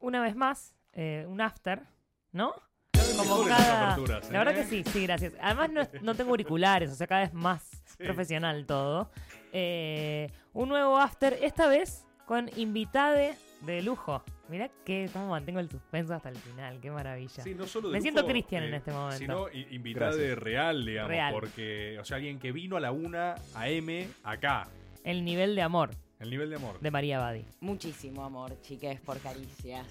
una vez más, eh, un after, ¿no? Como Mejores las cada... aperturas, La ¿eh? verdad que sí, sí, gracias. Además no, es- no tengo auriculares, o sea, cada vez más Sí. profesional todo. Eh, un nuevo after, esta vez con invitade de lujo. Mirá que cómo mantengo el suspenso hasta el final, qué maravilla. Sí, no solo de Me lujo, siento Cristian en este momento. Sino i- invitada Gracias. de real, digamos. Real. Porque, o sea, alguien que vino a la 1 AM acá. El nivel de amor El nivel de amor. de María Badi. Muchísimo amor, chiques, por caricias.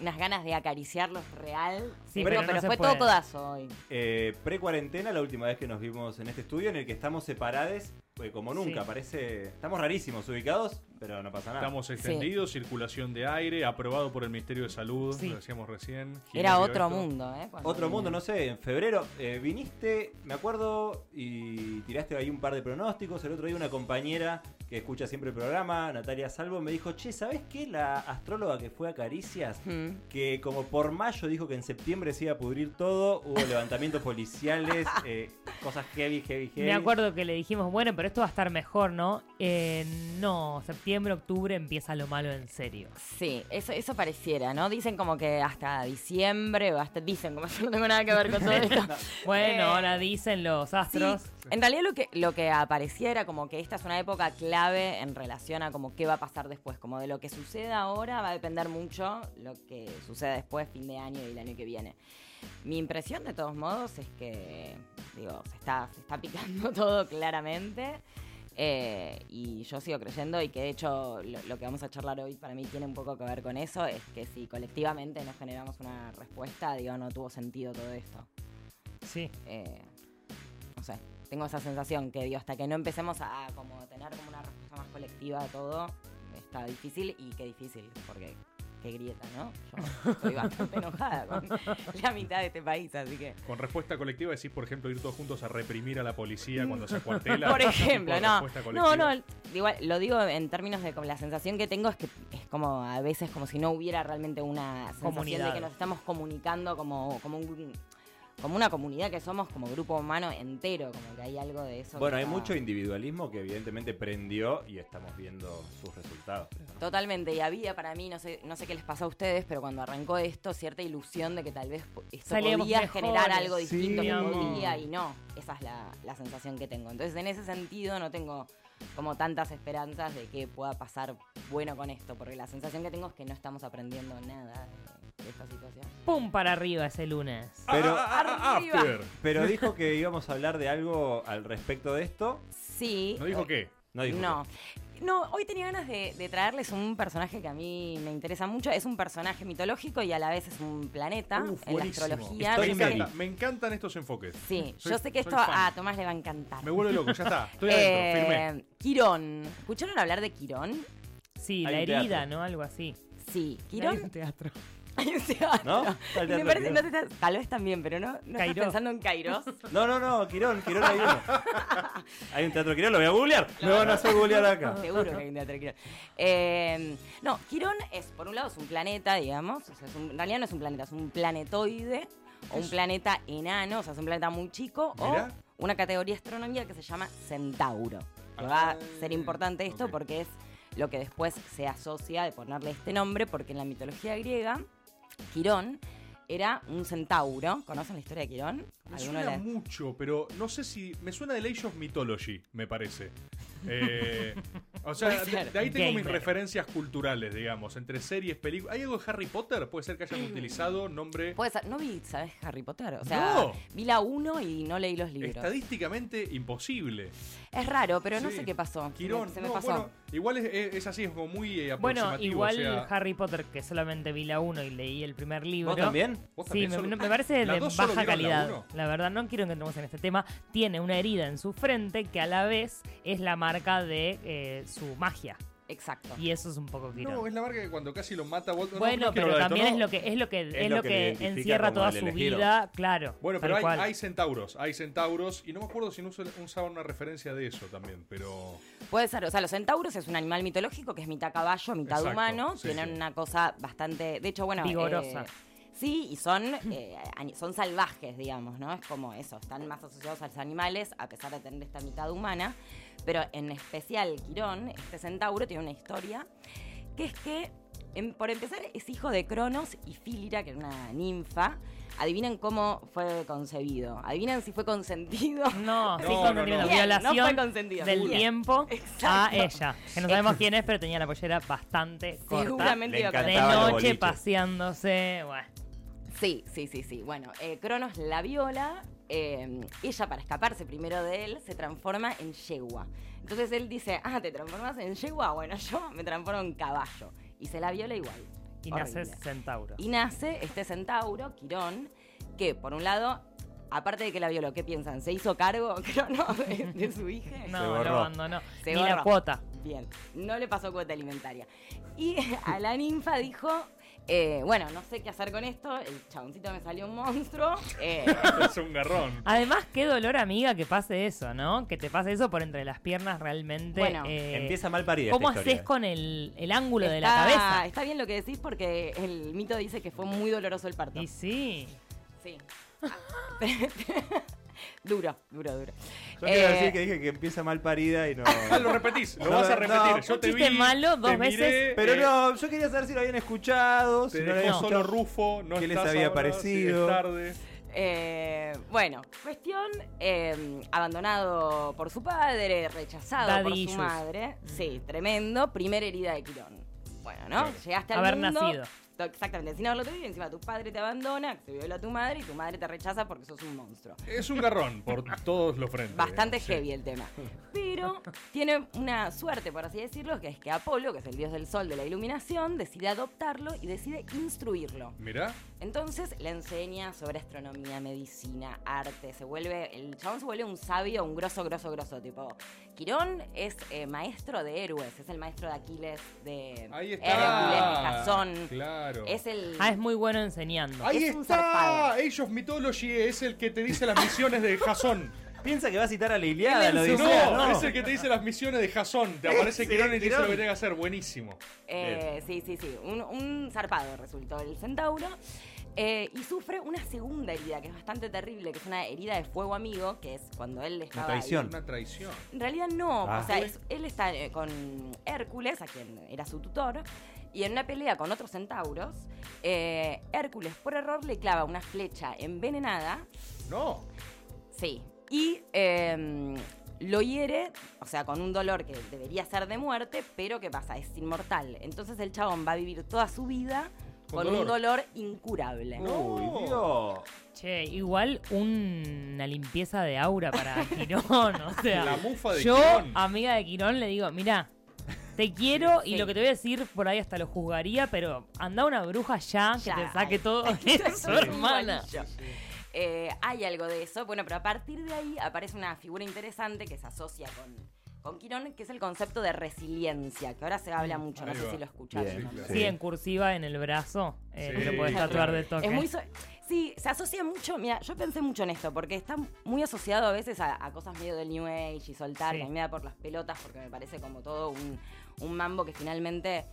Unas ganas de acariciarlos real. Sí, Digo, pero pero, no se fue puede. todo codazo hoy. Eh, Pre-cuarentena, la última vez que nos vimos en este estudio, en el que estamos separados, pues como nunca, Sí. parece. Estamos rarísimos ubicados, pero no pasa nada. Estamos extendidos, circulación de aire, aprobado por el Ministerio de Salud, Sí. lo decíamos recién. Era Gimnasio otro esto. mundo, ¿eh? Cuando Otro vino. mundo, no sé, en febrero eh, viniste, me acuerdo, y tiraste ahí un par de pronósticos. El otro día una compañera que escucha siempre el programa, Natalia Salvo, me dijo, che, ¿sabés qué? La astróloga que fue a Caricias, Mm. que como por mayo dijo que en septiembre se iba a pudrir todo, hubo levantamientos policiales, eh, cosas heavy, heavy, heavy. Me acuerdo que le dijimos, bueno, pero esto va a estar mejor, ¿no? Eh, no, septiembre, octubre empieza lo malo en serio. Sí, eso, eso pareciera, ¿no? Dicen como que hasta diciembre, o hasta, dicen como yo no tengo nada que ver con todo esto. Bueno, Eh, ahora dicen los astros. Sí, En realidad lo que, lo que aparecía era como que esta es una época clave en relación a como qué va a pasar después. Como de lo que suceda ahora va a depender mucho lo que suceda después, fin de año y el año que viene. Mi impresión de todos modos es que, digo, se está, se está picando todo claramente. Eh, y yo sigo creyendo y que de hecho lo, lo que vamos a charlar hoy para mí tiene un poco que ver con eso, es que si colectivamente no generamos una respuesta, digo, no tuvo sentido todo esto Sí. eh, no sé, tengo esa sensación que digo, hasta que no empecemos a, a como tener como una respuesta más colectiva a todo, está difícil y qué difícil, porque qué grieta, ¿no? Yo estoy bastante enojada con la mitad de este país, así que... Con respuesta colectiva decís, por ejemplo, ir todos juntos a reprimir a la Mm. policía cuando se acuartela. Por Ese tipo ejemplo, de no. respuesta No, colectiva. no, igual lo digo en términos de como la sensación que tengo es que es como a veces como si no hubiera realmente una sensación Comunidad. de que nos estamos comunicando como, como un- como una comunidad que somos como grupo humano entero, como que hay algo de eso. que Bueno, hay está- mucho individualismo que evidentemente prendió y estamos viendo sus resultados. ¿no? Totalmente, y había para mí, no sé, no sé qué les pasó a ustedes, pero cuando arrancó esto, cierta ilusión de que tal vez po- esto Salíamos podía mejores. generar algo Sí, distinto que amor. podía y no. Esa es la, la sensación que tengo. Entonces, en ese sentido, no tengo como tantas esperanzas de que pueda pasar bueno con esto, porque la sensación que tengo es que no estamos aprendiendo nada de, de esta situación. Pum para arriba ese lunes. Pero- Ah, ah, ah, ah, Arriba. after. Pero dijo que íbamos a hablar de algo al respecto de esto. Sí. ¿No Eh, Eh, dijo qué? No dijo. No. No, hoy tenía ganas de, de traerles un personaje que a mí me interesa mucho. Es un personaje mitológico y a la vez es un planeta Uf, en la Uh, buenísimo. astrología. Me, Story Así que- encanta, me encantan estos enfoques. Sí, Soy- yo sé que soy esto fan. a, a Tomás le va a encantar. Me vuelve loco, ya está. Estoy Eh, adentro, firmé. Quirón. ¿Escucharon hablar de Quirón? Sí, Hay la un teatro. herida, ¿no? Algo así. Hay Sí, un Quirón. teatro. Hay un teatro. ¿No? Está el Me teatro parece- Quirón. no te estás- tal vez también, pero no, no estás Cairo. pensando en Kairos. No, no, no, Quirón, Quirón hay uno. Hay un teatro Quirón, lo voy a googlear. Me van a hacer googlear acá. Seguro que hay un teatro Quirón. Eh, no, Quirón es, por un lado, es un planeta, digamos. o sea, es un- en realidad no es un planeta, es un planetoide o un planeta enano, o sea, es un planeta muy chico. Mirá. O una categoría astronómica que se llama Centauro. Que va a ser importante esto Ah, Ok. porque es lo que después se asocia de ponerle este nombre, porque en la mitología griega, Quirón era un centauro. ¿Conocen la historia de Quirón? Me ¿Alguno suena la- mucho, pero no sé si. Me suena de Age of Mythology, me parece. Eh, o sea, Puede de, ser. de ahí tengo mis Gamer. referencias culturales, digamos, entre series, películas. ¿Hay algo de Harry Potter? Puede ser que hayan utilizado nombre. Puede ser- No vi, ¿sabes? Harry Potter. O sea, No. vi la 1 y no leí los libros. Estadísticamente imposible. Es raro, pero no Sí. sé qué pasó. Se me- Quirón, se me no, pasó. bueno, igual es, es- es así, es como muy eh, Bueno, aproximativo. igual o sea, Harry Potter, que solamente vi la 1 y leí el primer libro. ¿Vos también? ¿vos Sí, también me, solo- me parece ¿Las de dos solo baja vieron la calidad. uno? La, verdad, no quiero que entremos en este tema. Tiene una herida en su frente que a la vez es la marca de eh, su magia. Exacto. Y eso es un poco Quirón. No, es la marca que cuando casi lo mata Walter. no, bueno, no quiero pero hablar de también esto, es ¿no? lo que es lo que es lo lo que que, le identifica encierra como toda el su elegido. vida, claro. Bueno, tal pero hay, cual. hay centauros, hay centauros, y no me acuerdo si no usa- usaban una referencia de eso también, pero. Puede ser, o sea, los centauros es un animal mitológico que es mitad caballo, mitad Exacto, humano. sí, tienen sí. una cosa bastante. De hecho, bueno. Vigorosa. eh, sí, y son, eh, ani- son salvajes, digamos, ¿no? Es como eso. Están más asociados a los animales, a pesar de tener esta mitad humana. Pero en especial, Quirón, este centauro, tiene una historia que es que Em- por empezar, es hijo de Cronos y Filira, que era una ninfa. Adivinen cómo fue concebido. Adivinen si fue consentido. No, sí, no, consentimiento. no. Bien, no fue Violación consentido. del Bien. tiempo a Exacto. ella. Que no sabemos quién es, pero tenía la pollera bastante corta. Seguramente Le iba a encanta. De conocer. Cantaba los noche boliches. paseándose. Bueno, Sí, sí, sí, sí. Bueno, eh, Cronos la viola. eh, ella, para escaparse primero de él, se transforma en yegua. Entonces él dice, ah, ¿te transformas en yegua? Bueno, yo me transformo en caballo. Y se la viola igual. y nace Horrible. centauro. Y nace este centauro, Quirón, que por un lado, aparte de que la violó, ¿qué piensan? ¿Se hizo cargo Cronos de, de su hija? Se No, borró. lo abandonó. Se Ni borró. la cuota. Bien, no le pasó cuota alimentaria. Y a la ninfa dijo, eh, bueno, no sé qué hacer con esto, el chaboncito me salió un monstruo. eh, es un garrón. Además, qué dolor, amiga, que pase eso, ¿no? Que te pase eso por entre las piernas realmente. Bueno. eh, Empieza mal parida. ¿Cómo esta haces historia. con el, el ángulo de la está- cabeza? Está bien lo que decís porque el mito dice que fue muy doloroso el parto. Y sí. Sí. duro, duro, duro. Yo quiero Eh, decir que dije que empieza mal parida y no. Ah, lo repetís, lo No, vas a no, repetir. un Yo te chiste vi, malo dos te miré, veces. Pero eh, no, yo quería saber si lo habían escuchado. Te si no lo dejó habían solo escuchado. Rufo, no ¿Qué les estás había ahora, parecido? sí, es tarde. Eh, bueno, cuestión eh, abandonado por su padre, rechazado Daddy por su issues. madre. Mm. Sí, tremendo. Primera herida de Quirón. Bueno, ¿no? Claro. Llegaste al Haber mundo, nacido. to- Exactamente, sin haberlo tenido, encima tu padre te abandona, se viola a tu madre y tu madre te rechaza porque sos un monstruo. Es un garrón por todos los frentes. Bastante digamos, sí. heavy el tema. Pero tiene una suerte, por así decirlo, que es que Apolo, que es el dios del sol de la iluminación, decide adoptarlo y decide instruirlo. Mirá, Entonces le enseña sobre astronomía, medicina, arte. Se vuelve, el chabón se vuelve un sabio, un grosso, grosso, grosso. Tipo, Quirón es eh, maestro de héroes, es el maestro de Aquiles, de ahí está. Hércules, de Jasón. Claro. Es el. Ah, es muy bueno enseñando. Ahí es un está. zarpado. Age of Mythology es el que te dice las misiones de Jasón. Piensa que va a citar a la Iliada, lo No, dice. es el que te dice las misiones de Jasón. Te aparece Sí, Quirón y te dice Quirón. lo que tenés que hacer. Buenísimo. Eh, sí, sí, sí. Un, un zarpado resultó el centauro. Eh, y sufre una segunda herida que es bastante terrible, que es una herida de fuego amigo, que es cuando él estaba. ahí. traición. Una traición. En realidad no, Ah. o sea, es- él está eh, con Hércules, a quien era su tutor, y en una pelea con otros centauros, eh, Hércules por error le clava una flecha envenenada, No. sí, y eh, lo hiere, o sea, con un dolor que debería ser de muerte, pero ¿qué pasa? Es inmortal. Entonces el chabón va a vivir toda su vida Con con, dolor. un dolor incurable. Uy, Dios. Che, igual una limpieza de aura para Quirón. O sea, La mufa de yo, Quirón. amiga de Quirón, le digo, mirá, te quiero y Sí. lo que te voy a decir por ahí hasta lo juzgaría, pero anda una bruja ya que Ya, te saque ahí. todo eso, Todo es un hermana. bolillo. Eh, hay algo de eso. Bueno, pero a partir de ahí aparece una figura interesante que se asocia con, con Quirón, que es el concepto de resiliencia, que ahora se habla mucho, no Ahí sé va. si lo escucharon. Bien, ¿no? claro. Mm. Sí, en cursiva en el brazo, eh, Sí, te lo podés tatuar de toque. Es muy so- sí, se asocia mucho, mira, yo pensé mucho en esto, porque está muy asociado a veces a, a cosas medio del New Age y soltar, Sí. que a mí me da por las pelotas, porque me parece como todo un, un mambo que finalmente...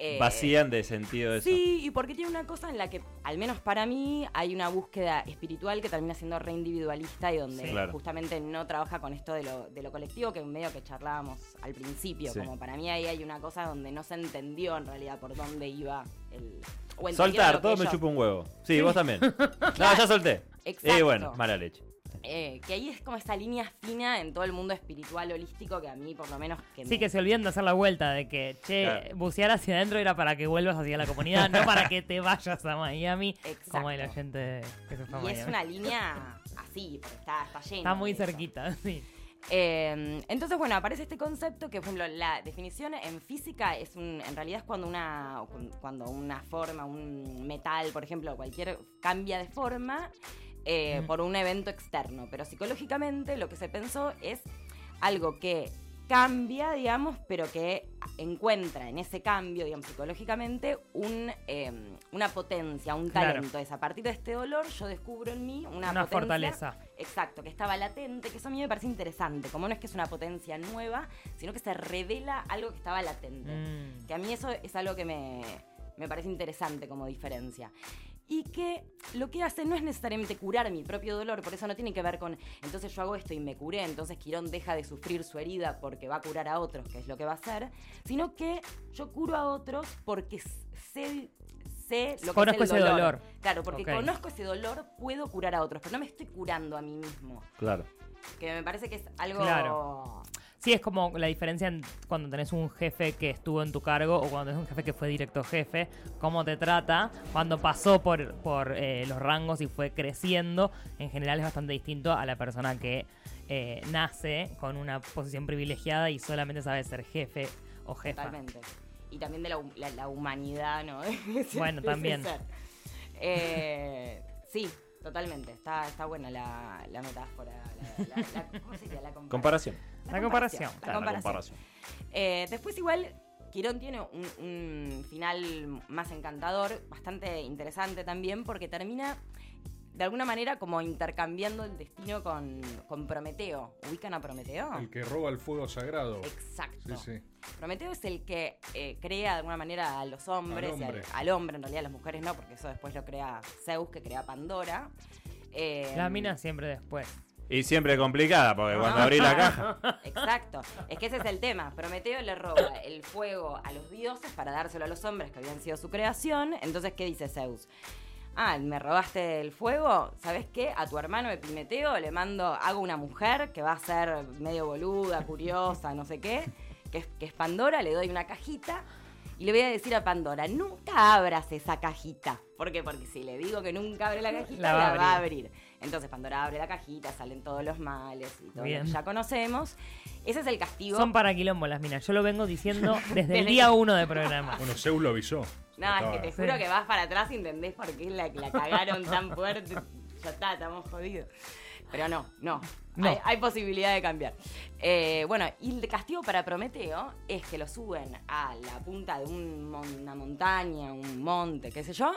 eh, Vacían de sentido eso. Sí, y porque tiene una cosa en la que, al menos para mí, hay una búsqueda espiritual que termina siendo reindividualista y donde Sí. Claro. justamente no trabaja con esto de lo, de lo colectivo, que medio que charlábamos al principio. Sí. Como para mí ahí hay una cosa donde no se entendió en realidad por dónde iba el. o entendieron lo Soltar, que todo me yo- chupa un huevo. Sí, vos también. No, ya solté. Exacto. Y bueno, mala leche. eh, que ahí es como esta línea fina en todo el mundo espiritual holístico que a mí, por lo menos, que Sí, me- que se olvidan de hacer la vuelta, de que, che, Claro. bucear hacia adentro era para que vuelvas hacia la comunidad, no para que te vayas a Miami, como la Exacto. gente que se fue a Y Miami. es una línea así, porque está, está llena. Está muy de eso. cerquita, sí. Eh, entonces, bueno, aparece este concepto que, por ejemplo, la definición en física es un, en realidad es cuando una, cuando una forma, un metal, por ejemplo, cualquier cambia de forma eh, Mm. por un evento externo. Pero psicológicamente lo que se pensó es algo que cambia, digamos, pero que encuentra en ese cambio, digamos, psicológicamente, un, eh, una potencia, un Claro. talento. Es a partir de este dolor yo descubro en mí una, Una potencia fortaleza. Exacto, que estaba latente, que eso a mí me parece interesante, como no es que es una potencia nueva, sino que se revela algo que estaba latente. Mm. Que a mí eso es algo que me, me parece interesante como diferencia. y que lo que hace no es necesariamente curar mi propio dolor, por eso no tiene que ver con, entonces yo hago esto y me curé, entonces Quirón deja de sufrir su herida porque va a curar a otros, que es lo que va a hacer, sino que yo curo a otros porque s- sé, sé lo que Conozco es el ese dolor. dolor. Claro, porque Ok. conozco ese dolor, puedo curar a otros, pero no me estoy curando a mí mismo, Claro. que me parece que es algo... Claro. Sí, es como la diferencia en cuando tenés un jefe que estuvo en tu cargo o cuando tenés un jefe que fue directo jefe, cómo te trata, cuando pasó por, por eh, los rangos y fue creciendo, en general es bastante distinto a la persona que eh, nace con una posición privilegiada y solamente sabe ser jefe o jefa. Totalmente. Y también de la, hu- la- la humanidad, ¿no? Ese- Bueno, ese también. ser. Eh, sí, totalmente. Está, está buena la, la metáfora. La, la- la- ¿Cómo sería la comparación? Comparación. La comparación. La Claro, la comparación. Eh, después igual, Quirón tiene un, un final más encantador, bastante interesante también, porque termina de alguna manera como intercambiando el destino con, con Prometeo. ¿Ubican a Prometeo? Ah. El que roba el fuego sagrado. Sí, Exacto. sí. Prometeo es el que eh, crea de alguna manera a los hombres, Al y hombre. al hombre en realidad, a las mujeres no, porque eso después lo crea Zeus, que crea Pandora. Eh, Las minas siempre después. Y siempre complicada, porque cuando Ah. abrí la caja. Exacto. Es que ese es el tema. Prometeo le roba el fuego a los dioses para dárselo a los hombres que habían sido su creación. Entonces, ¿qué dice Zeus? Ah, me robaste el fuego. ¿Sabes qué? A tu hermano Epimeteo le mando, hago una mujer que va a ser medio boluda, curiosa, no sé qué, que es, que es Pandora, le doy una cajita y le voy a decir a Pandora, nunca abras esa cajita. ¿Por qué? Porque si le digo que nunca abre la cajita, La la va a va a abrir. Entonces Pandora abre la cajita, salen todos los males y todo lo Bien. que ya conocemos. Ese es el castigo. Son para quilombo las minas. Yo lo vengo diciendo desde el Desde- día uno de programa. Bueno, Zeus lo avisó. No, es que Estaba- te Sí. juro que vas para atrás y entendés por qué la, la cagaron tan fuerte. Ya está, estamos jodidos. Pero no, no. No. Hay, hay posibilidad de cambiar. Eh, bueno, y el castigo para Prometeo es que lo suben a la punta de un mon- una montaña, un monte, qué sé yo.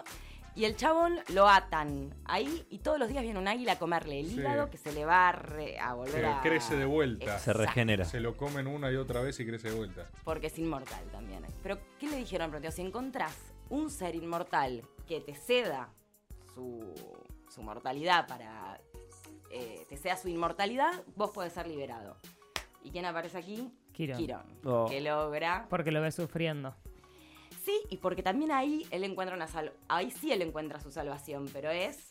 Y el chabón lo atan ahí y todos los días viene un águila a comerle el Sí. hígado que se le va a, re- a volver Que a... crece de vuelta. Exacto. Se regenera. Se lo comen una y otra vez y crece de vuelta. porque es inmortal también. Pero, ¿qué le dijeron a Prometeo? Si encontrás un ser inmortal que te ceda su, su mortalidad para. eh, te ceda su inmortalidad, vos podés ser liberado. ¿Y quién aparece aquí? Quirón. Oh. Que logra. Porque lo ves sufriendo. Sí, y porque también ahí él encuentra una sal. Ahí sí él encuentra su salvación, pero es.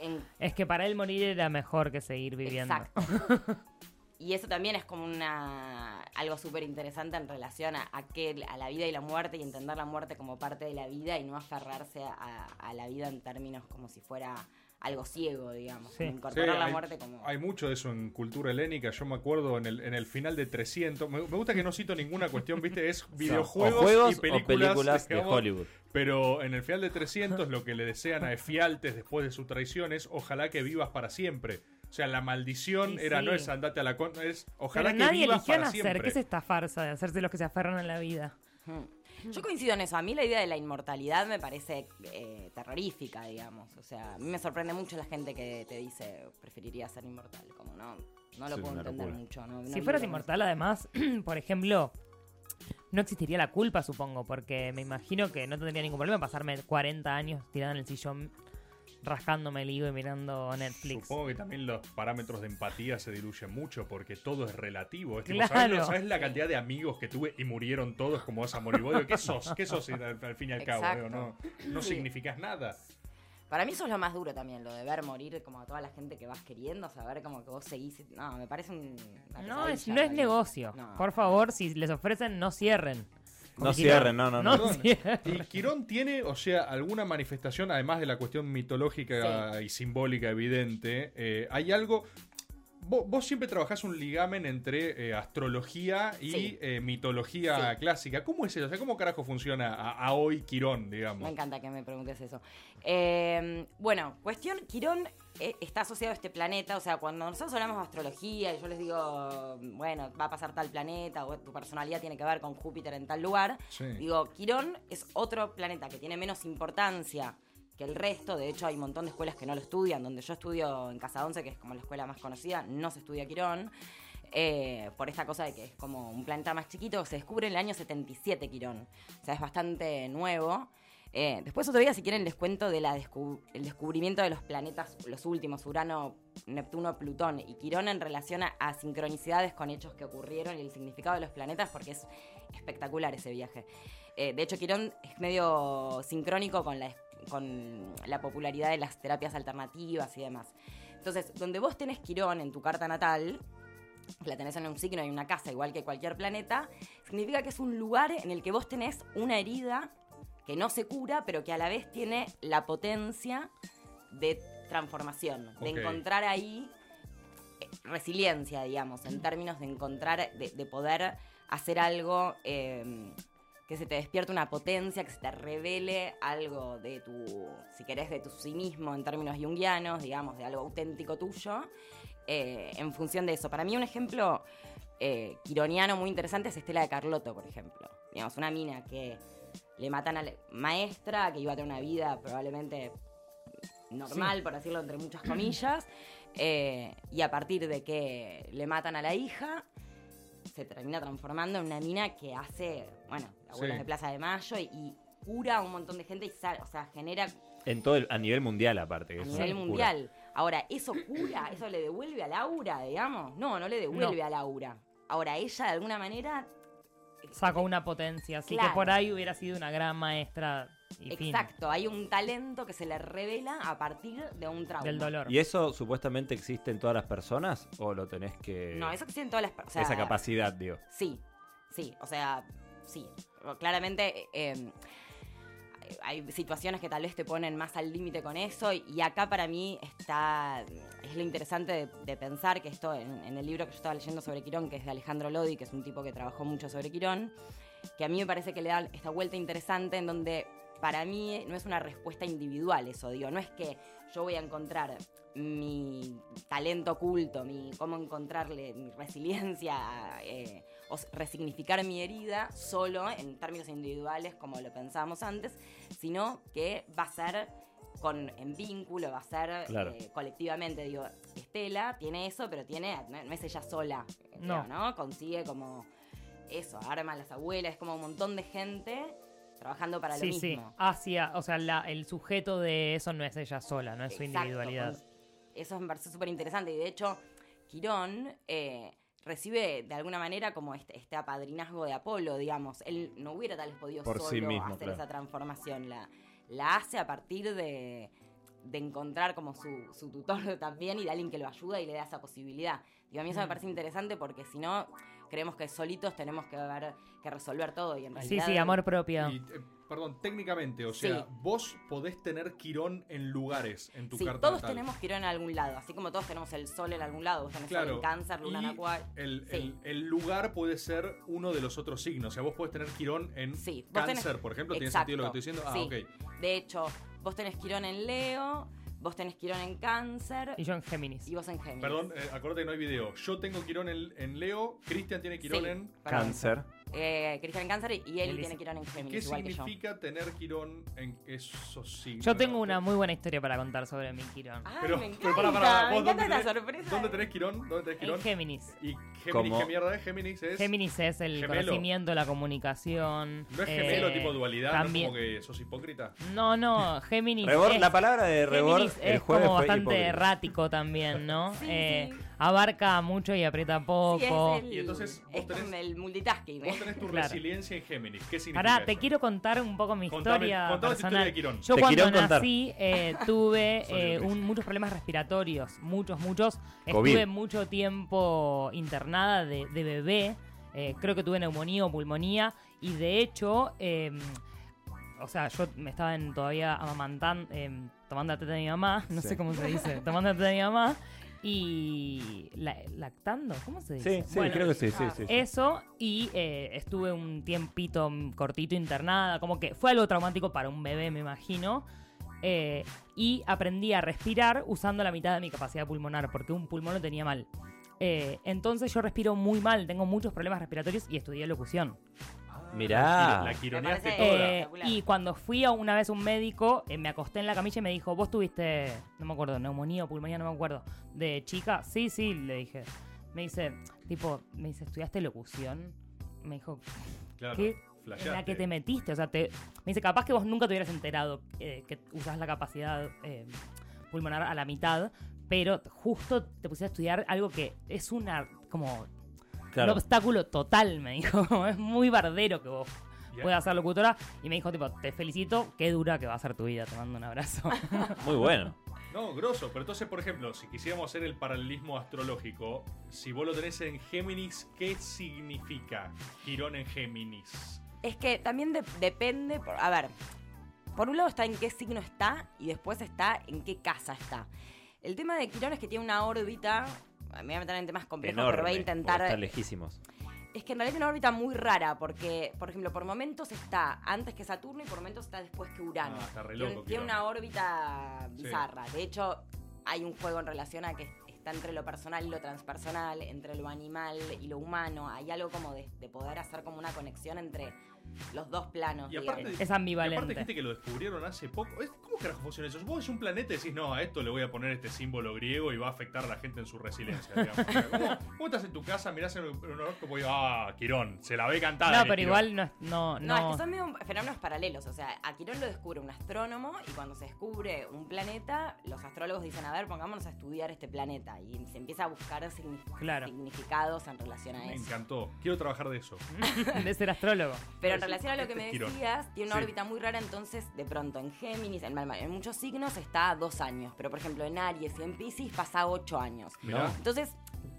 en- Es que para él morir era mejor que seguir viviendo. Exacto. Y eso también es como una algo súper interesante en relación a, a que- a la vida y la muerte y entender la muerte como parte de la vida y no aferrarse a, a la vida en términos como si fuera algo ciego, digamos. Sí. Incorporar Sí, la hay- muerte como... Hay mucho de eso en cultura helénica. Yo me acuerdo en el, en el final de 300. Me, me gusta que no cito ninguna cuestión, ¿viste? Es videojuegos, o juegos y películas, o películas de digamos, Hollywood. Pero en el final de 300 lo que le desean a Efialtes después de su traición es ojalá que vivas para siempre. O sea, la maldición Y era sí. no es andate a la contra, es ojalá Pero que nadie vivas eligió para nacer. siempre. ¿Qué es esta farsa de hacerse los que se aferran a la vida? Mm. Yo coincido en eso. A mí la idea de la inmortalidad me parece eh, terrorífica, digamos. O sea, a mí me sorprende mucho la gente que te dice preferiría ser inmortal. Como no, no lo Sí, puedo una entender locura. mucho. no- no Si fueras vivo con eso. inmortal, además, por ejemplo, no existiría la culpa, supongo, porque me imagino que no tendría ningún problema pasarme 40 años tirado en el sillón, rascándome el higo y mirando Netflix. Supongo que también los parámetros de empatía se diluyen mucho porque todo es relativo. Es tipo, Claro. ¿sabes, lo- sabes la cantidad de amigos que tuve y murieron todos como esa moribodio? ¿Qué sos? ¿Qué sos al, al fin y al cabo? Exacto. Digo, No, no Sí. significas nada. Para mí eso es lo más duro también, lo de ver morir como a toda la gente que vas queriendo, saber como que vos seguís. No, me parece un. una No es, no pesadilla, es realmente. negocio. No. Por favor, si les ofrecen, no cierren. No Como quieran. cierren, no, no, No, no. Perdón, cierren. ¿Y Quirón tiene, o sea, alguna manifestación, además de la cuestión mitológica y simbólica evidente? eh, ¿Hay algo...? Vos, vos siempre trabajás un ligamen entre eh, astrología y Sí. eh, mitología clásica. ¿Cómo es eso? O sea, ¿cómo carajo funciona a, a hoy Quirón, Me digamos? encanta que me preguntes eso. Eh, bueno, cuestión, Quirón eh, está asociado a este planeta, o sea, cuando nosotros hablamos de astrología y yo les digo, bueno, va a pasar tal planeta o tu personalidad tiene que ver con Júpiter en tal lugar, Sí. digo, Quirón es otro planeta que tiene menos importancia que el resto, de hecho hay un montón de escuelas que no lo estudian, donde yo estudio en Casa 11, que es como la escuela más conocida, no se estudia Quirón. eh, por esta cosa de que es como un planeta más chiquito, se descubre en el año 77 Quirón, o sea, es bastante nuevo. Eh, después otro día, si quieren, les cuento del el descubrimiento de los planetas, los últimos, Urano, Neptuno, Plutón y Quirón en relación a, a sincronicidades con hechos que ocurrieron y el significado de los planetas, porque es espectacular ese viaje. Eh, de hecho, Quirón es medio sincrónico con la, con la popularidad de las terapias alternativas y demás. Entonces, donde vos tenés Quirón en tu carta natal, la tenés en un signo y una casa, igual que cualquier planeta, significa que es un lugar en el que vos tenés una herida que no se cura, pero que a la vez tiene la potencia de transformación, Ok. de encontrar ahí eh, resiliencia, digamos, en términos de encontrar, de, de poder hacer algo eh, que se te despierte una potencia, que se te revele algo de tu, si querés, de tu sí mismo en términos junguianos, digamos, de algo auténtico tuyo, eh, en función de eso. Para mí un ejemplo eh, quironiano muy interesante es Estela de Carlotto, por ejemplo. Digamos, una mina que le matan a la maestra, que iba a tener una vida probablemente normal, por decirlo entre muchas comillas, eh, y a partir de que le matan a la hija, se termina transformando en una mina que hace, bueno, abuelos Sí. de Plaza de Mayo y, y cura a un montón de gente y sale, o sea, genera En todo el- a nivel mundial, aparte. que a es nivel una locura. mundial. Ahora, ¿eso cura? ¿Eso le devuelve a Laura, digamos? No, no le devuelve No. a Laura. Ahora, ella de alguna manera... Sacó una potencia, así Claro. que por ahí hubiera sido una gran maestra y fin Exacto, hay un talento que se le revela a partir de un trauma. del dolor. ¿Y eso supuestamente existe en todas las personas? ¿O lo tenés que.? No, eso existe en todas las... per- o sea, Esa capacidad, digo. Sí, sí, o sea, sí. Claramente eh, eh, hay situaciones que tal vez te ponen más al límite con eso y, y acá para mí está, es lo interesante de, de pensar que esto en, en el libro que yo estaba leyendo sobre Quirón, que es de Alejandro Lodi, que es un tipo que trabajó mucho sobre Quirón, que a mí me parece que le da esta vuelta interesante en donde para mí no es una respuesta individual eso, digo, no es que yo voy a encontrar mi talento oculto, mi cómo encontrarle mi resiliencia eh, o s- resignificar mi herida solo en términos individuales como lo pensábamos antes, sino que va a ser con, en vínculo, va a ser Claro. eh, colectivamente. Digo, Estela tiene eso, pero tiene no, no es ella sola, eh, No. creo, ¿no? Consigue como eso, arma a las abuelas, es como un montón de gente trabajando para sí, lo sí, mismo. hacia, o sea, la- el sujeto de eso no es ella sola, no es su Exacto, individualidad. con- Eso me parece súper interesante. Y de hecho, Quirón eh, recibe de alguna manera como este, este apadrinazgo de Apolo, digamos. Él no hubiera tal vez podido Por solo sí mismo, hacer claro. esa transformación. La, la hace a partir de, de encontrar como su, su tutor también y de alguien que lo ayuda y le da esa posibilidad. Digo, a mí eso me Mm. parece interesante porque si no, creemos que solitos tenemos que, ver, que resolver todo. Y en Sí, realidad, sí, amor propio. Y, eh, perdón, técnicamente, o sea, Sí. vos podés tener Quirón en lugares en tu Sí, carta todos natal. tenemos Quirón en algún lado, así como todos tenemos el sol en algún lado, vos tenés sol Claro. en cáncer, luna en Y acuario. El, Sí. el- el lugar puede ser uno de los otros signos. O sea, vos podés tener Quirón en Sí, vos cáncer, tenés- por ejemplo. ¿Tiene Exacto. sentido lo que estoy diciendo? Ah, Sí. ok. De hecho, vos tenés Quirón en Leo, vos tenés Quirón en Cáncer Y y, yo en Géminis. vos en Géminis. Perdón, eh, acuérdate que no hay video. Yo tengo Quirón en, en Leo, Cristian tiene Quirón Sí, en... perdón. Cáncer. Eh, Cristian en Cáncer y Eli Elisa. tiene Quirón en ¿Qué Géminis, igual que yo. significa tener Quirón en esos signos? Yo tengo una muy buena historia para contar sobre mi Quirón. Ay, Pero- Ah, me encanta, pero pará, pará, me vos encanta dónde esta tenés- sorpresa. ¿Dónde tenés Quirón? ¿Dónde tenés En Quirón? Géminis. ¿Y Géminis Como- qué mierda es? Géminis es... Géminis es el Gemelo. conocimiento, la comunicación. ¿No es eh, gemelo tipo dualidad? también- ¿No es como que sos hipócrita? No, no, Géminis. Rebor- es- la palabra de Rebor Géminis el es jueves como fue bastante hipócrita. errático también, ¿no? Sí, Eh, sí. Abarca mucho y aprieta Sí, es poco. el, Y entonces vos es tenés- como el multitasking. Vos tenés tu Claro. resiliencia en Géminis. ¿Qué significa Pará, te eso? quiero contar un poco mi Contame- historia contame tu historia personal. de Quirón. Yo Te cuando quiero contar. nací eh, tuve Soy eh, Lucas. un- muchos problemas respiratorios, muchos, muchos. COVID. Estuve mucho tiempo internada de, de bebé. Eh, creo que tuve neumonía o pulmonía. Y de hecho, eh, o sea, yo me estaba en- todavía amamantando, tomando la teta de mi mamá. No Sí. sé cómo se dice. Tomando la teta de mi mamá. Y la- lactando, ¿cómo se dice? Sí, sí, Bueno, creo que sí, sí, sí. sí. eso y eh, estuve un tiempito mm, cortito internada, como que fue algo traumático para un bebé, me imagino. Eh, y aprendí a respirar usando la mitad de mi capacidad pulmonar, porque un pulmón lo tenía mal. Eh, entonces yo respiro muy mal, tengo muchos problemas respiratoriros y estudié locución. Mirá. La quironeaste Me parece- toda. Eh, espectacular. y cuando fui a una vez a un médico, eh, me acosté en la camilla y me dijo, vos tuviste, no me acuerdo, neumonía o pulmonía, no me acuerdo, de chica. Sí, sí, le dije. Me dice, tipo, me dice, ¿estudiaste locución? Me dijo, Claro. ¿qué en la que Flasheaste. te metiste. O sea, te, me dice, capaz que vos nunca te hubieras enterado eh, que usás la capacidad eh, pulmonar a la mitad, pero justo te pusiste a estudiar algo que es una como Claro. un obstáculo total, me dijo. Como es muy bardero que vos Y- puedas ser locutora. Y me dijo, tipo, te felicito, qué dura que va a ser tu vida. Te mando un abrazo. Muy bueno. No, grosso. Pero entonces, por ejemplo, si quisiéramos hacer el paralelismo astrológico, si vos lo tenés en Géminis, ¿qué significa Girón en Géminis? Es que también de- depende, por- a ver, por un lado está en qué signo está y después está en qué casa está. El tema de Quirón es que tiene una órbita, me voy a meter en temas complejos, Enorme. pero voy a intentar... porque Están lejísimos. Es que en realidad tiene una órbita muy rara, porque, por ejemplo, por momentos está antes que Saturno y por momentos está después que Urano. Ah, está re Tiene- loco, tiene Quirón. una órbita Sí. bizarra. De hecho, hay un juego en relación a que está entre lo personal y lo transpersonal, entre lo animal y lo humano. Hay algo como de, de poder hacer como una conexión entre los dos planos. Y aparte, digamos. es Y aparte, ambivalente. gente que lo descubrieron hace poco. Es- ¿Cómo carajo funciona eso? Vos es un planeta y decís, no, a esto le voy a poner este símbolo griego y va a afectar a la gente en su resiliencia. digamos. O sea, ¿Cómo, cómo estás en tu casa, mirás en un un horóscopo y ah, Quirón, se la ve cantada. No, el pero Quirón. igual no es- no, No, es no. que son medio fenómenos paralelos. O sea, a Quirón lo descubre un astrónomo y cuando se descubre un planeta, los astrólogos dicen, a ver, pongámonos a estudiar este planeta. Y se empieza a buscar signif- Claro. significados en relación a Me eso. encantó. Quiero trabajar de eso. de ser astrólogo. Pero en Este relación a lo que es me Quirón. decías, tiene una Sí. órbita muy rara, entonces de pronto en Géminis, en, Malma- en muchos signos está a dos años, pero por ejemplo en Aries y en Pisces pasa ocho años. Mirá. Entonces,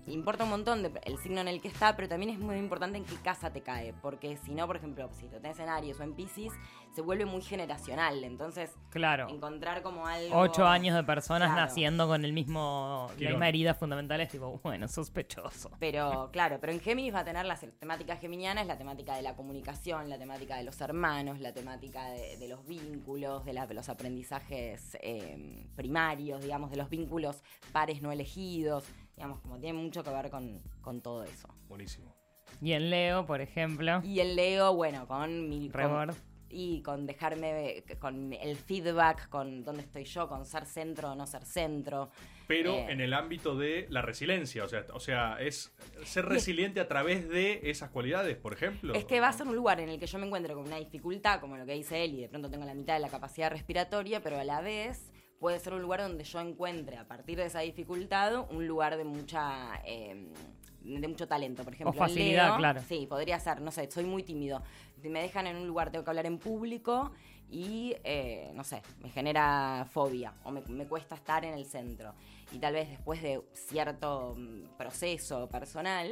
importa un montón de- el signo en el que está, pero también es muy importante en qué casa te cae. Porque si no, por ejemplo, si lo tenés en Aries o en Pisces, se vuelve muy generacional. Entonces, Claro. encontrar como algo. Ocho años de personas Claro. naciendo con el mismo, la Quirón. misma herida fundamental es tipo, bueno, sospechoso. Pero claro, pero en Géminis va a tener la temática geminiana, es la temática de la comunicación, la temática de los hermanos, la temática de, de los vínculos, de, la- de los aprendizajes eh, primarios, digamos, de los vínculos pares no elegidos, digamos, como tiene mucho que ver con, con todo eso. Buenísimo. Y en Leo, por ejemplo, Y el Leo, bueno, con mi... con- Rebord. y con dejarme, con el feedback, con dónde estoy yo, con ser centro o no ser centro. Pero Eh. en el ámbito de la resiliencia. O sea, o sea, es ser resiliente a través de esas cualidades, por ejemplo. Es que va a ser un lugar en el que yo me encuentro con una dificultad, como lo que dice él, y de pronto tengo la mitad de la capacidad respiratoria, pero a la vez puede ser un lugar donde yo encuentre, a partir de esa dificultad, un lugar de mucha... eh, de mucho talento, por ejemplo. en facilidad, Leo, claro. Sí, podría ser, no sé, soy muy tímido. Me dejan en un lugar, tengo que hablar en público y, eh, no sé, me genera fobia o me, me cuesta estar en el centro. Y tal vez después de cierto mm, proceso personal,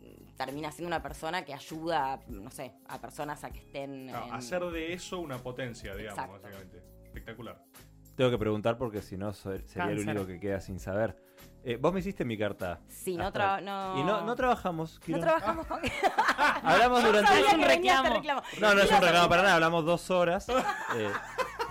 mm, termina siendo una persona que ayuda, mm, no sé, a personas a que estén. Ah, en- Hacer de eso una potencia, digamos, Exacto. básicamente. Espectacular. Tengo que preguntar porque si no soy- sería el Cáncer. único que queda sin saber. Eh, vos me hiciste mi carta. Sí, no, astral. tra- no... Y no, no trabajamos. No Quirón. trabajamos con. Hablamos durante. sabía Sabía un que venía este reclamo. reclamo. No, no es un reclamo para nada. Hablamos dos horas. eh,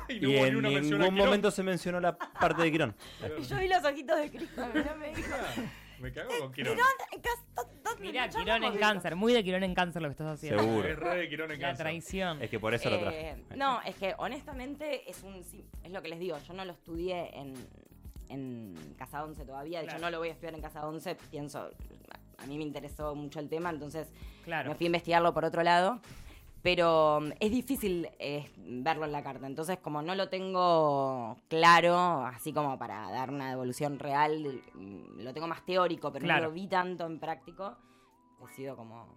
Y no y hubo ni en una mención a ningún Quirón. momento se mencionó la parte de Quirón. Y yo vi los ojitos de Cristo, mirá, me dijo. Ah, Me cago con Quirón. En casa, to- to- Mirá, ya Quirón hablamos en de esto. cáncer, muy de Quirón en cáncer lo que estás haciendo. Seguro. Es re de Quirón en La cáncer. traición. Es que por eso lo traje. Eh, no, es que honestamente es un sí, es lo que les digo, yo no lo estudié en, en Casa 11 todavía, de hecho Claro. no lo voy a estudiar en Casa 11, pienso, a mí me interesó mucho el tema, entonces Claro. Me fui a investigarlo por otro lado. Pero mm, es difícil eh, verlo en la carta. Entonces, como no lo tengo claro, así como para dar una devolución real, mm, lo tengo más teórico, pero Claro. no lo vi tanto en práctico, decido como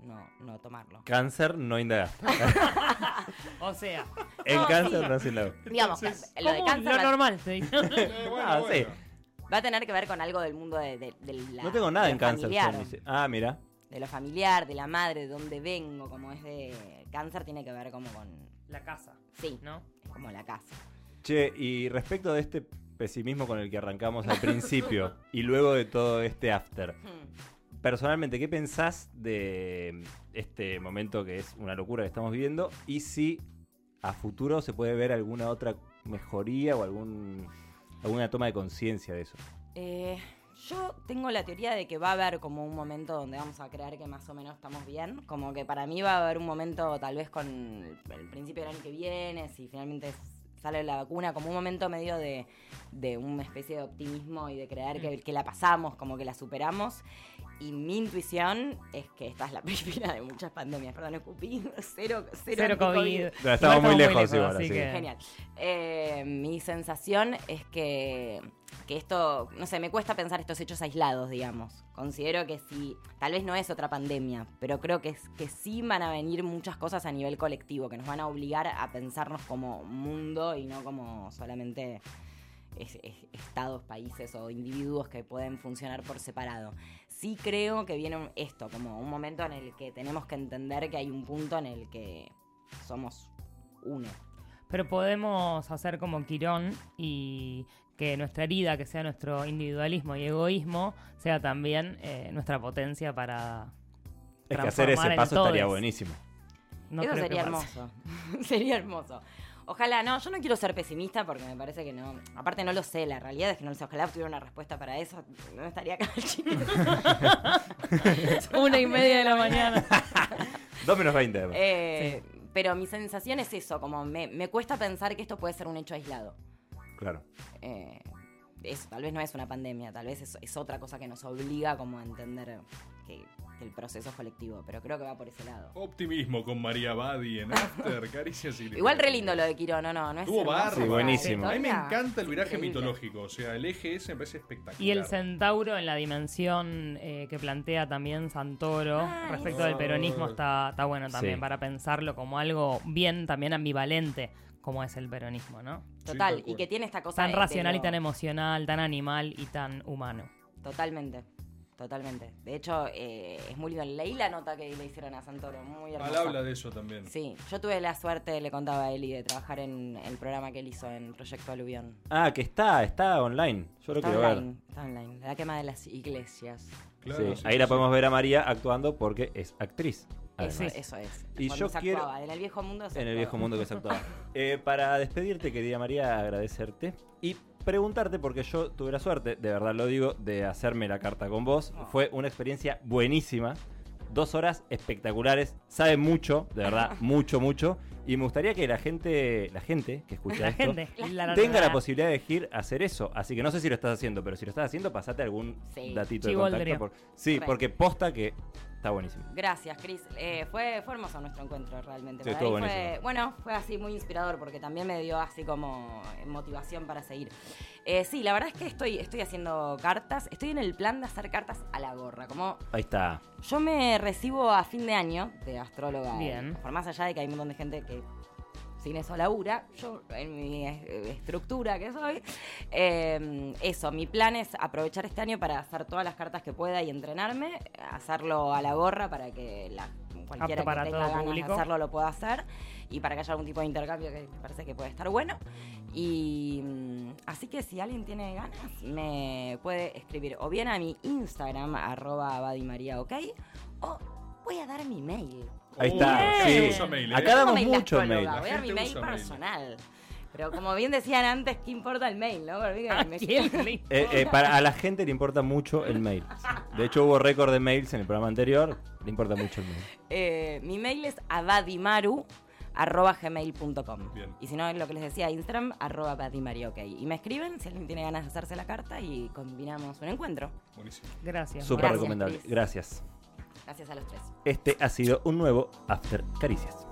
no, no tomarlo. Cáncer no indaga. O sea, En No, cáncer no se indaga. Digamos, Entonces, que lo de ¿cómo? cáncer lo va- normal. te digo. Eh, bueno, Ah, sí. bueno. va a tener que ver con algo del mundo de, de- de la- No tengo nada de en lo cáncer. familiar, son mis- Ah, mira. de lo familiar, de la madre, de dónde vengo, como es de cáncer, tiene que ver como con... La casa, Sí, ¿no? es como la casa. Che, y respecto de este pesimismo con el que arrancamos al principio y luego de todo este after. Hmm. Personalmente, ¿qué pensás de este momento que es una locura que estamos viviendo? Y si a futuro se puede ver alguna otra mejoría o algún, alguna toma de conciencia de eso. Eh, yo tengo la teoría de que va a haber como un momento donde vamos a creer que más o menos estamos bien. Como que para mí va a haber un momento tal vez con el, el principio del año que viene, si finalmente s- sale la vacuna, como un momento medio de, de una especie de optimismo y de creer Mm. que, que la pasamos, como que la superamos. Y mi intuición es que esta es la primera de muchas pandemias. Perdón, escupí. Cero, cero, Cero COVID. anti-COVID. Igual estamos muy lejos igual, así que- que... Genial. Eh, mi sensación es que, que esto, no sé, me cuesta pensar estos hechos aislados, digamos. Considero que sí, tal vez no es otra pandemia, pero creo que, es- que sí van a venir muchas cosas a nivel colectivo, que nos van a obligar a pensarnos como mundo y no como solamente es- es- estados, países o individuos que pueden funcionar por separado. Sí creo que viene un- esto, como un momento en el que tenemos que entender que hay un punto en el que somos uno. Pero podemos hacer como Quirón y que nuestra herida, que sea nuestro individualismo y egoísmo, sea también eh, nuestra potencia para... Es que hacer ese transformar el paso estaría todes. buenísimo. No Eso creo que sería pase. hermoso. sería hermoso. Ojalá, no, yo no quiero ser pesimista porque me parece que no. Aparte, no lo sé, la realidad es que no lo sé. Ojalá tuviera una respuesta para eso. No estaría acá el chico. Una y media de la mañana. 2 menos 20. además. Eh, Pero mi sensación es eso, como me, me cuesta pensar que esto puede ser un hecho aislado. Claro. Eh, eso, tal vez no es una pandemia, tal vez es, es otra cosa que nos obliga como a entender que, que el proceso es colectivo, pero creo que va por ese lado. Optimismo con María Badi en After, caricias y Igual libertad. re lindo lo de Quirón, no, no, no es Estuvo hermoso? bárbaro. Sí, buenísimo. Esa A mí me historia encanta el es viraje increíble. mitológico, o sea, el eje ese me parece espectacular. Y el centauro en la dimensión eh, que plantea también Santoro Ah, respecto eso. del peronismo está, está bueno también Sí. para pensarlo como algo bien también ambivalente como es el peronismo, ¿no? Total, Sí, tal y que cual. tiene esta cosa. Tan de- de racional y lo- tan emocional, tan animal y tan humano. Totalmente, totalmente. De hecho, eh, es muy lindo. Leí la nota que le hicieron a Santoro, muy Al hermosa. habla de eso también. Sí, yo tuve la suerte, le contaba a Eli, de trabajar en el programa que él hizo en Proyecto Aluvión. Ah, que está, está online. Yo lo Está quiero ver. online, está online. La quema de las iglesias. Claro, Sí, sí, Ahí sí, la sí. podemos ver a María actuando porque es actriz. Eso, además. eso es. Y Cuando yo se quiero- actuaba, En el viejo mundo se En el actuaba. viejo mundo que se actuaba. Eh, para despedirte, querida María, agradecerte y preguntarte, porque yo tuve la suerte, de verdad lo digo, de hacerme la carta con vos. Fue una experiencia buenísima. Dos horas espectaculares. Sabe mucho, de verdad, mucho, mucho. Y me gustaría que la gente, la gente que escucha La esto, gente. la- tenga la posibilidad de elegir hacer eso. Así que no sé si lo estás haciendo, pero si lo estás haciendo, pasate algún Sí. datito de Chivoldería. contacto. por- Sí, Re. porque posta que está buenísimo. Gracias, Cris. Eh, fue, fue hermoso nuestro encuentro realmente. Sí, Para mí estuvo fue, buenísimo. bueno, fue así muy inspirador porque también me dio así como motivación para seguir. Eh, sí, la verdad es que estoy, estoy haciendo cartas. Estoy en el plan de hacer cartas a la gorra. Como Ahí está. yo me recibo a fin de año de astróloga. Bien. Por más allá de que hay un montón de gente que sin eso labura, yo en mi eh, estructura que soy, eh, eso, mi plan es aprovechar este año para hacer todas las cartas que pueda y entrenarme, hacerlo a la gorra para que la, cualquiera Apto para que tenga todo ganas público. de hacerlo lo pueda hacer y para que haya algún tipo de intercambio que me parece que puede estar bueno. Y mm, así que si alguien tiene ganas, me puede escribir o bien a mi Instagram, arroba abadimariaok, o voy a dar mi mail. Ahí Oh, está. la gente Sí. usa mail, ¿eh? Acá damos Tengo mail mucho mail. astróloga, Voy a La dar mi gente mail usa mail. personal. Pero como bien decían antes, ¿qué importa el mail, no? Porque ¿A me- quién le Eh, eh, para, a la gente le importa mucho el mail. De hecho, hubo récord de mails en el programa anterior. Le importa mucho el mail. Eh, mi mail es abadimaru arroba gmail.com Bien. y si no lo que les decía Instagram arroba abadimario ok y me escriben si alguien tiene ganas de hacerse la carta y combinamos un encuentro Buenísimo. Gracias. Súper María. Gracias, recomendable. Cris. Gracias. gracias a los tres Este ha sido un nuevo After Caricias.